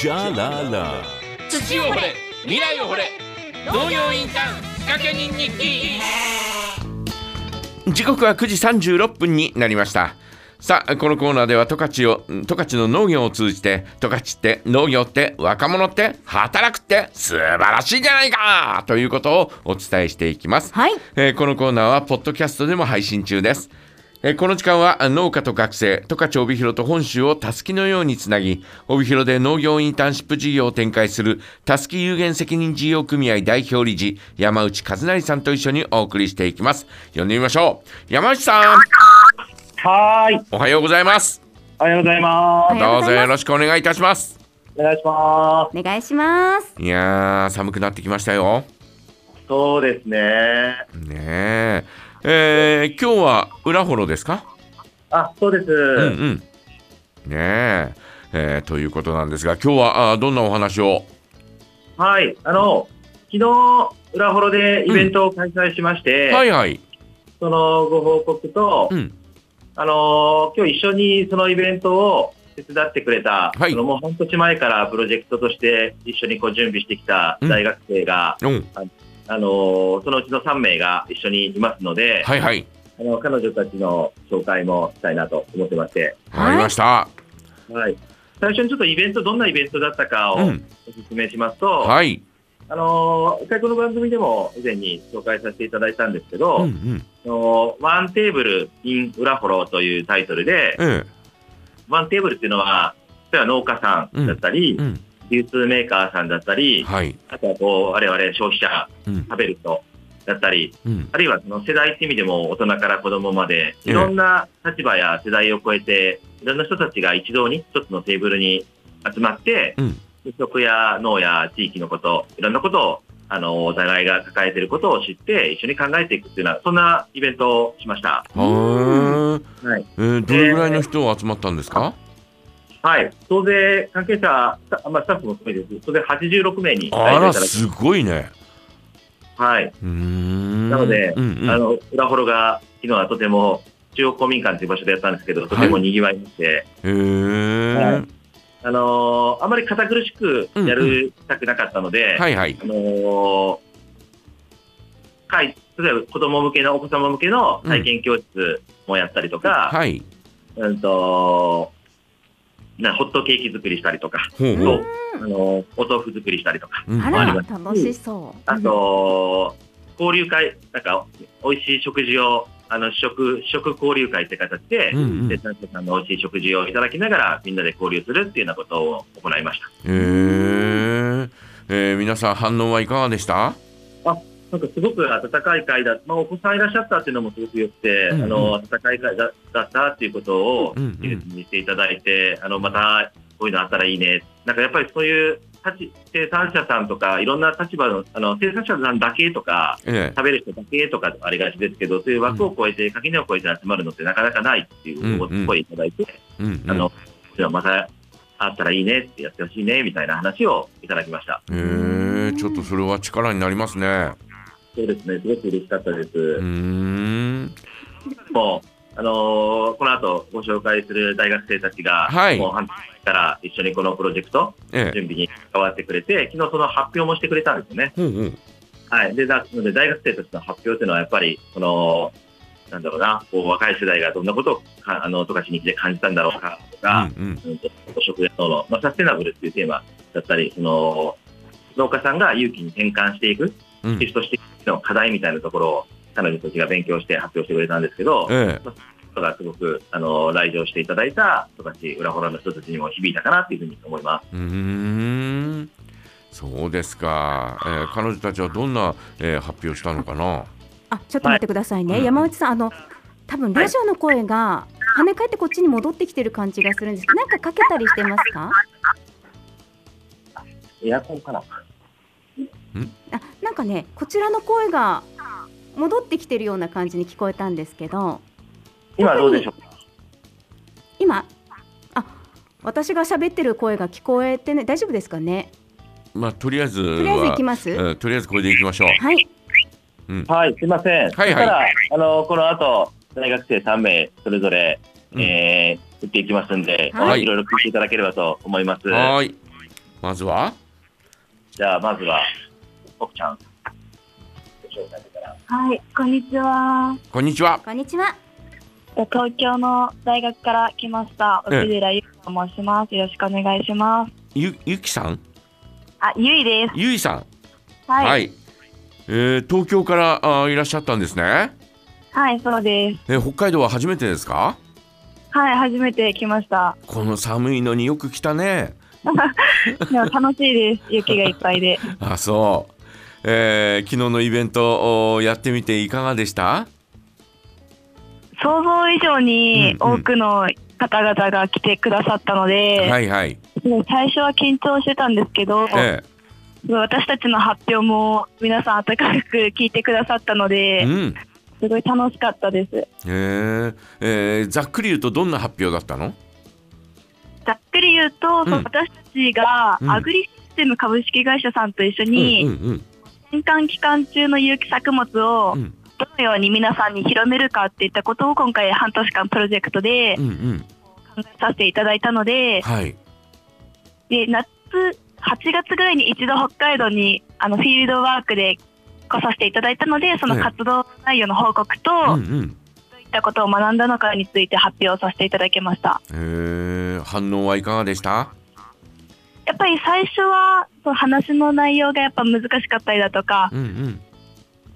じゃらら土を掘れ未来を掘れ農業インターン仕掛け人日記時刻は9時36分になりましたさあこのコーナーでは十勝を十勝の農業を通じて十勝って農業って若者って働くって素晴らしいじゃないかということをお伝えしていきます、はいえーこのコーナーはポッドキャストでも配信中ですえーこの時間は農家と学生、十勝帯広と本州をたすきのようにつなぎ、帯広で農業インターンシップ事業を展開するたすき有限責任事業組合代表理事、山内和成さんと一緒にお送りしていきます。呼んでみましょう。山内さん、はーい。おはようございます。おはようございまはようどごうざいますぞよろしくお願いいたします。す。お願いしまお願いしますいやー、寒くなってきましたよ。す。そうですね。ねえ。えー、今日は裏幌ですかあ、そうです。うんうん。ねええーということなんですが、今日はあーどんなお話をはい。あの、昨日、裏幌でイベントを開催しまして、はいはい。そのご報告と、うん。あの、今日一緒にそのイベントを手伝ってくれた、はいそのもう半年前からプロジェクトとして一緒にこう準備してきた大学生が、うん。あの、そのうちの3名が一緒にいますので、はいはい。あの彼女たちの紹介もしたいなと思ってまして、わかりました。はい。最初にちょっとイベント、どんなイベントだったかをうん。説明しますと、はい。あのー一回この番組でも以前に紹介させていただいたんですけど、うんうん。あのーワンテーブル in 裏フォローというタイトルで、えワンテーブルっていうのは、例えば農家さんだったり、え。うん。流通メーカーさんだったり、はい。あとはこう、我々消費者、うん。食べる人だったり、うん。あるいはその世代って意味でも大人から子供まで、いろんな立場や世代を超えて、いろんな人たちが一堂に一つのテーブルに集まって、うん食や農や地域のこと、いろんなことを、あの、お互いが抱えていることを知って、一緒に考えていくっていうのは、そんなイベントをしました。ははいい。えー、どれぐらいの人を集まったんですか。はい。総勢、関係者、スタまあ、スタッフも含めて、総勢86名にあら、いただきすごいね。はい。うーん。なのでうんうん。あの、裏幌が、昨日はとても、中央公民館という場所でやったんですけど、とても賑わいまして、へえ、はあのーあまり堅苦しくやるたくなかったので、はいはい。あのー会例えば子供向けの、お子様向けの体験教室もやったりとか、はい。うんとなホットケーキ作りしたりとか、ほうほとう。あのーお豆腐作りしたりとか、うんあわらかりました楽しそうあと、交流会、なんか、美味しい食事を、あの、試食、試食交流会って形で、うんうんで、サンタさんの美味しい食事をいただきながら、みんなで交流するっていうようなことを行いました。へえ。えー、皆さん反応はいかがでした。なんかすごく温かい会だ、まあ、お子さんいらっしゃったっていうのもすごくよくて、うんうんあの温かい会だだったっていうことをうんうん技術にしていただいて、あのまたこういうのあったらいいね、なんかやっぱりそういう立ち生産者さんとか、いろんな立場のあの生産者さんだけとか、え食べる人だけとかありがちですけど、そういう枠を超えて、垣根を超えて集まるのってなかなかないっていうお声いただいて、え。うん、うん。あのじゃあまたあったらいいねってやってほしいねみたいな話をいただきました。へえ、ちょっとそれは力になりますね。そうですね、すごく嬉しかったです。うーん。もう、あのーこの後ご紹介する大学生たちが、はいもう半年前から一緒にこのプロジェクト、ええ。準備に関わってくれて、昨日その発表もしてくれたんですよね。ほうほう。はい。で、だなので大学生たちの発表っていうのはやっぱり、この、なんだろうな、こう若い世代がどんなことをか、あの、十勝に来て感じたんだろうかとうか、んうん。うんと食やの、まあ、サステナブルっていうテーマだったり、その、農家さんが勇気に転換していく、うんシフトしていくの課題みたいなところを、彼女たちが勉強して発表してくれたんですけど、ええ。ことがすごく、あの、来場していただいた、とかし、裏ホラの人たちにも響いたかなっていうふうに思います。うーん。そうですか。えー、彼女たちはどんな、えー、発表したのかな。あちょっと待ってくださいね、はいうん山内さんあの多分ラジオの声が跳ね返ってこっちに戻ってきてる感じがするんですけどなんかかけたりしてますかエアコンかなあなんかねこちらの声が戻ってきてるような感じに聞こえたんですけど今どうでしょうか今あ私が喋ってる声が聞こえてね大丈夫ですかねまあ、とりあえずとりあえず行はき。ますうんとりあえずこれで行きましょう。はいはい、すいません。はいはいただ、あの、この後、大学生3名、それぞれ、うんえー、行っていきますんで、はいいろいろ聞いていただければと思います。はーい。まずはじゃあ、まずは、奥ちゃん。ご紹介からはい、こんにちは。こんにちはこんにちは。東京の大学から来ました。奥寺ゆうと申します。よろしくお願いします。ゆゆきさんあ、ゆいです。ゆいさんはい。はい、えー東京からあーいらっしゃったんですねそうです。えー北海道は初めてですかはい、初めて来 ました。この寒いのによく来たねでも楽しいです。雪がいっぱいで。あそう、えー昨日のイベントをやってみていかがでした想像以上にうんう多んくの方々が来てくださったので、はいはい最初は緊張してたんですけど、え私たちの発表も皆さん温かく聞いてくださったのえで、うんすごい楽しかったです。えーえーざっくり言うとどんな発表だったのざっくり言うと、うんその私たちがうんアグリシステム株式会社さんと一緒うに、んうん転換期間中の有機作物をうんどのように皆さんに広めるかっていったことを今回半年間プロジェクトでうんうんうん考えさせていただいたので、はいで夏、8月ぐらいに一度北海道にあのフィールドワークで来させていただいたので、その活動内容の報告と、うんうどんういったことを学んだのかについて発表させていただきました。えー反応はいかがでしたやっぱり最初はその話の内容がやっぱ難しかったりだとか、うんうん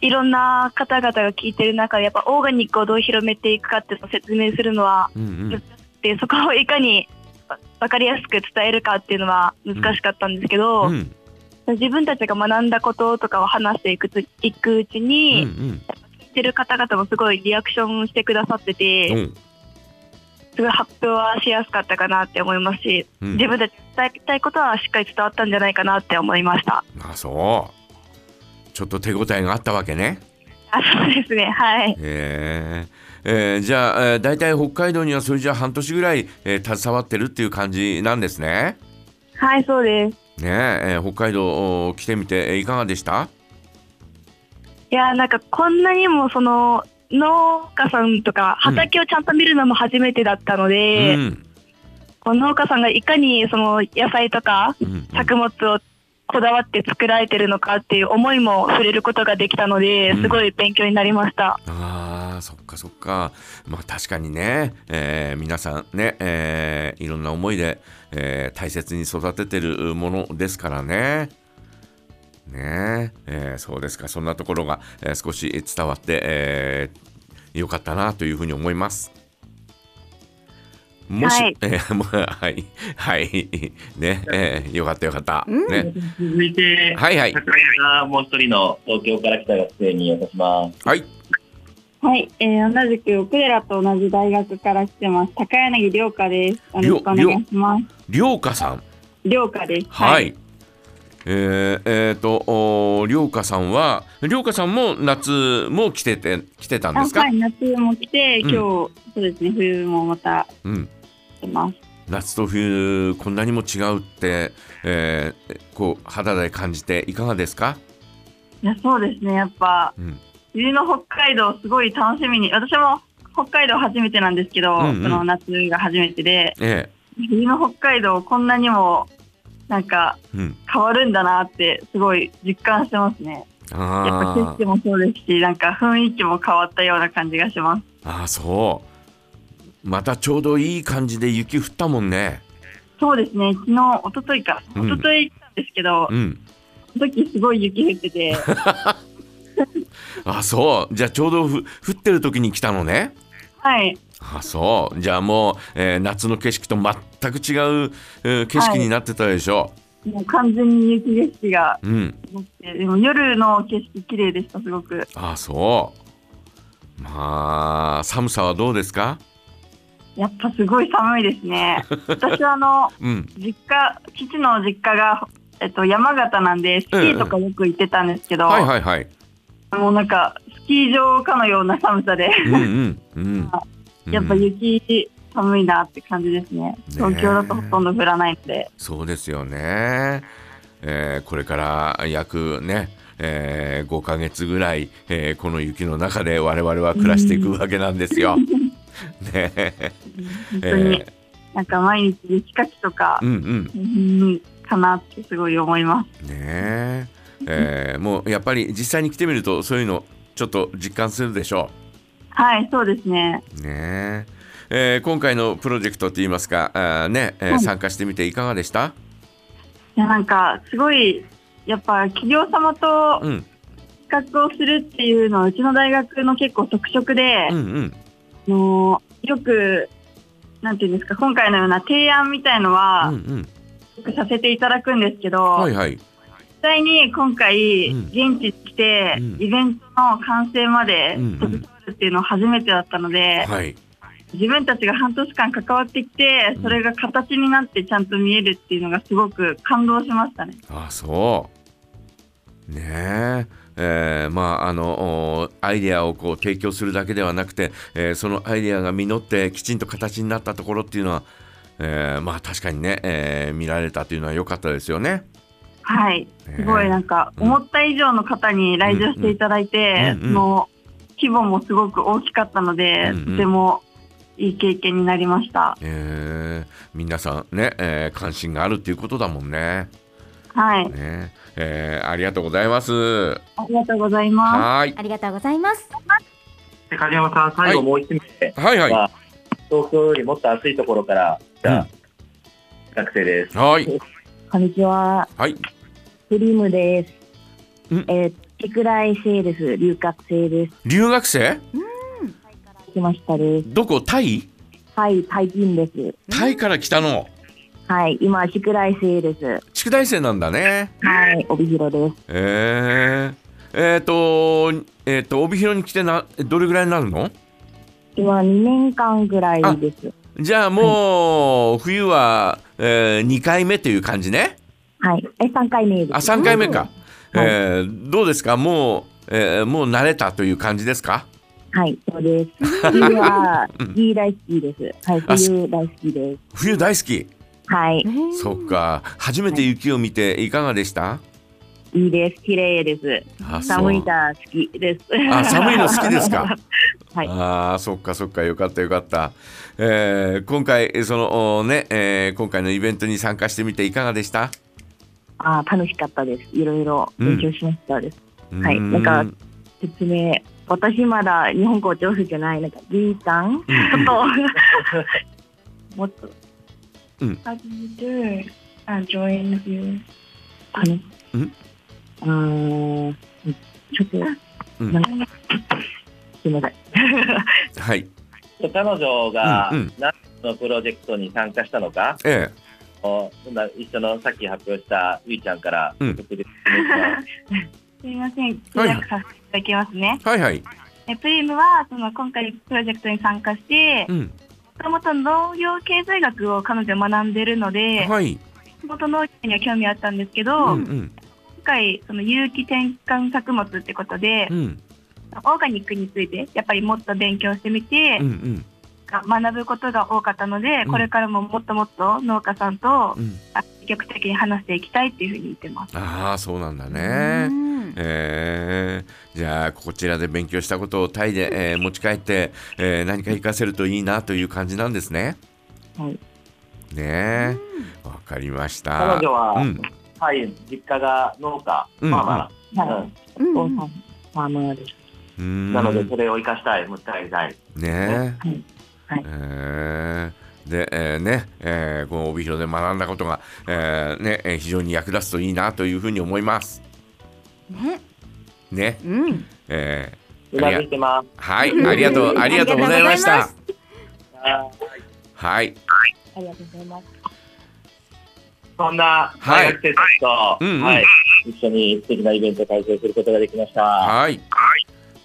いろんな方々が聞いてる中で、やっぱオーガニックをどう広めていくかっていうのを説明するのは、うんうんでそこをいかに 分かりやすく伝えるかっていうのは難しかったんですけど、うん自分たちが学んだこととかを話していくついくうちうんに、うん聞いてる方々もすごいリアクションしてくださってうて、んすごい発表はしやすかったかなって思いますし、うん自分たちが伝えたいことはしっかり伝わったんじゃないかなって思いました。あそうちょっと手応えがあったわけねあそうですね、はい。へええーじゃあ、えー、大体北海道にはそれじゃあ半年ぐらい、えー携わってるっていう感じなんですね。はい、そうです。ねえ、えー北海道お来てみて、えーいかがでしたいやーなんかこんなにもその農家さんとかうん畑をちゃんと見るのも初めてだったので、うんこの農家さんがいかにその野菜とかうんうん作物をこだわって作られてるのかっていう思いも触れることができたのでうんすごい勉強になりました、あーそっかそっかまあ確かにね、えー皆さんね、えーいろんな思いで、えー大切に育ててるものですからね。ねええーそうですかそんなところが、えー少し伝わって、えーよかったなというふうに思います。もし、はいえー もうはい、はい、ね、えーよかったよかった。うんね、続いて、はいはい、高橋がもう一人の東京から来た学生にお渡します。はい、はい、えー、同じく奥寺と同じ大学から来てます。高柳涼香です。よろしくお願いします。りょうかさん。涼香です。はい。。えーえーとおーりょうかさんはりょうかさんも夏も来てて来てたんあ、ですか、はい、夏も来て、う今ん日、そうですね、冬もまたうん、来てます。夏と冬こんなにも違うって、えーこう肌で感じていかがですか、いや、そうですね、やっぱ、うん冬の北海道、すごい楽しみに、私も北海道初めてなんですけど、うんうんその夏が初めてで、え冬の北海道、こんなにも、なんか、えうん、変わるんだなって、すごい実感してますね。やっぱ景あ ー色もそうですし、なんか雰囲気も変わったような感じがします。あーそうまたちょうどいい感じで雪降ったもんね、そうですね、昨日、一昨日か、うん一昨日行ったんですけど、うん、その時すごい雪降って て、あそうじゃあちょうどふ降ってる時に来たのねはい、あそうじゃあもう、えー夏の景色と全く違う、えー景色になってたでしょもう完全に雪景色がうんなくて、でも夜の景色綺麗でした、すごく。あそうまあ寒さはどうですかやっぱすごい寒いです ね。私はあの、うん実家、父の実家が、えっと、山形なんで、スキーとかよく行ってたんですけど、はいはいはいもうなんか、スキー場かのような寒さで、うんうんうんうん やっぱ雪、寒いなって感じですね。東京だとほとんど降らないので。そうですよね、えーこれから約ね、え5ヶ月ぐらい、えーこの雪の中で我々は暮らしていくわけなんですよ。ねえ本当にえーなんか毎日雪かきとかうんうんうんかなってすごい思います。ねええーもうやっぱり実際に来てみるとそういうのちょっと実感するでしょはい、そうですね。う。ねええー今回のプロジェクトといいますか、あーねえーはい参加してみていかがでした、いやなんかすごいやっぱ企業様とうん、企画をするっていうのはうちの大学の結構特色でうん、うんあのよくなんていうんですか今回のような提案みたいのうんうはんよくさせていただくんですけど、はいはい実際に今回うん現地に来て、うんイベントの完成までうんうん携わるっていうのは初めてだったので、はい自分たちが半年間関わってきてうんそれが形になってちゃんと見えるっていうのがすごく感動しましたね。あーそうねええーまああのおーアイデアをこう提供するだけではなくて、えーそのアイデアが実ってきちんと形になったところっていうのは、えーまあ確かにね、えー見られたというのは良かったですよね。はい、すごいなんかうん思った以上の方に来場していただいて、うんうんうんうんその規模もすごく大きかったので、うんうんとてもいい経験になりました。えー、皆さんね、えー関心があるっていうことだもんね。はい、ねえーありがとうございます。ありがとうございます。はーい。ありがとうございます。で影山さん、最後もう一名、はいはい。まあ、東京よりもっと暑いところから来た学生です。はい。こんにちは、はい。クリームです。んえー、テクライ生です。留学生です。留学生来ましたです。どこタイはい、タイ人です。タイから来たの。はい、今、テクライ生です。宿大生なんだね。はい、帯広です。えー、えっ、と、えっ、と、帯広に来てな、どれぐらいになるの今、2年間ぐらいです。じゃあもう、冬は、え2回目という感じね。はい、え、3回目です。あ、3回目か。はいえーどうですかもう、えーもう慣れたという感じですかはい、そうです。冬は、スキー大好き です。はい、あス冬大好きです。冬大好き。はい、そっか。初めて雪を見ていかがでした、いいです。綺麗です。あそう寒いが好きです。あ、寒いの好きですかはいああ、そっかそっか。よかったよかった。えー今回、その、おね、えー今回のイベントに参加してみていかがでした あー楽しかったです。いろいろ勉強しましたです。はいうーなんか説明。私まだ日本語上手じゃない。なんか、ギータン うんと、もっと、 How do you do? Uh, join you. あの、うんあーちょっと、うんなんかすいません。はい。彼女がうんうん何のプロジェクトに参加したのか、えお今一緒のさっき発表したゆいちゃんからうん直接説明します すみません、通はい訳させていただきますね。えはいはい。えプリムはその今回プロジェクトに参加してう、ん。もともと農業経済学を彼女は学んでるので、もはい。ともと農業には興味あったんですけど、うん今うん。回、その有機転換作物ってことで、うんオーガニックについて、やっぱりもっと勉強してみてうんう、ん学ぶことが多かったので、うんこれからももっともっと農家さんとうん。あ積極的に話していきたいっていうふうに言ってます。ああ、そうなんだうね。んえー、じゃあこちらで勉強したことをタイで、えー持ち帰って、えー何か活かせるといいなという感じなんですね。はいねえ、わかりました。彼女は、うん、はい、実家が農家、うんまあまあ、はうんうい、んお父さん、ファーマーです。うーんなのでそれを生かしたい、もったいない。ねえ、はいはいえーで、えーね、えーこの帯広で学んだことが、えーね、えー非常に役立つといいなというふうに思います。ね、ね、うん、えうなずいてます。ーはい、ありがとう、ありがとうございましありがたと。はい、ありがとうございます。そんな大学生たちと、はいうんうん一緒に素敵なイベントを開催することができました。はい、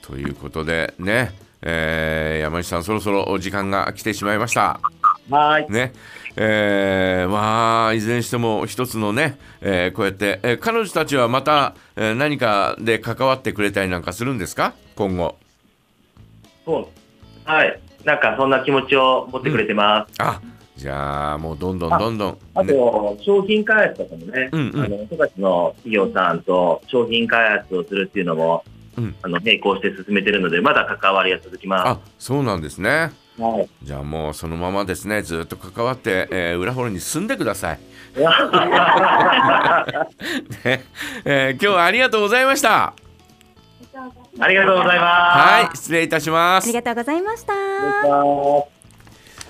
ということでね、えー山内さん、そろそろお時間が来てしまいました。はい。ね、えーまあいずれにしても一つのね、えーこうやって、えー彼女たちはまた、えー何かで関わってくれたりなんかするんですか今後そう。はい。なんかそんな気持ちを持ってくれてます。あじゃあもうどんどんどんどあん、ね、と、商品開発とかもね、うんうんあの、富樫の企業さんと商品開発をするっていうのも、うんあの、並行して進めてるので、まだ関わりは続きます。あそうなんですねはい。じゃあもうそのままですねずっと関わって、えー、裏幌に住んでください、ねえー今日はありがとうございましたありがとうございます。はい失礼いたしまあすりがとうございました。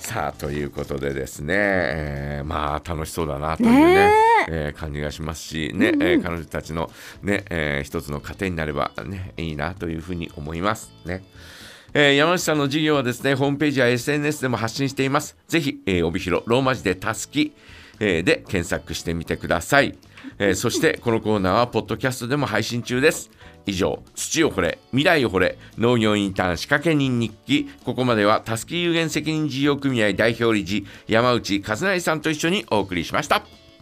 さあということでですね、えーまあ楽しそうだなというねねえー感じがしますしね、えー彼女たちのね、えー一つの糧になればねいいなというふうに思いますね。えー山内さんの事業はですねホームページや SNS でも発信しています。ぜひ、えー帯広ローマ字でたすき、えーで検索してみてください、えーそしてこのコーナーはポッドキャストでも配信中です。以上土を掘れ未来を掘れ農業インターン仕掛け人日記ここまではたすき有限責任事業組合代表理事山内和成さんと一緒にお送りしました。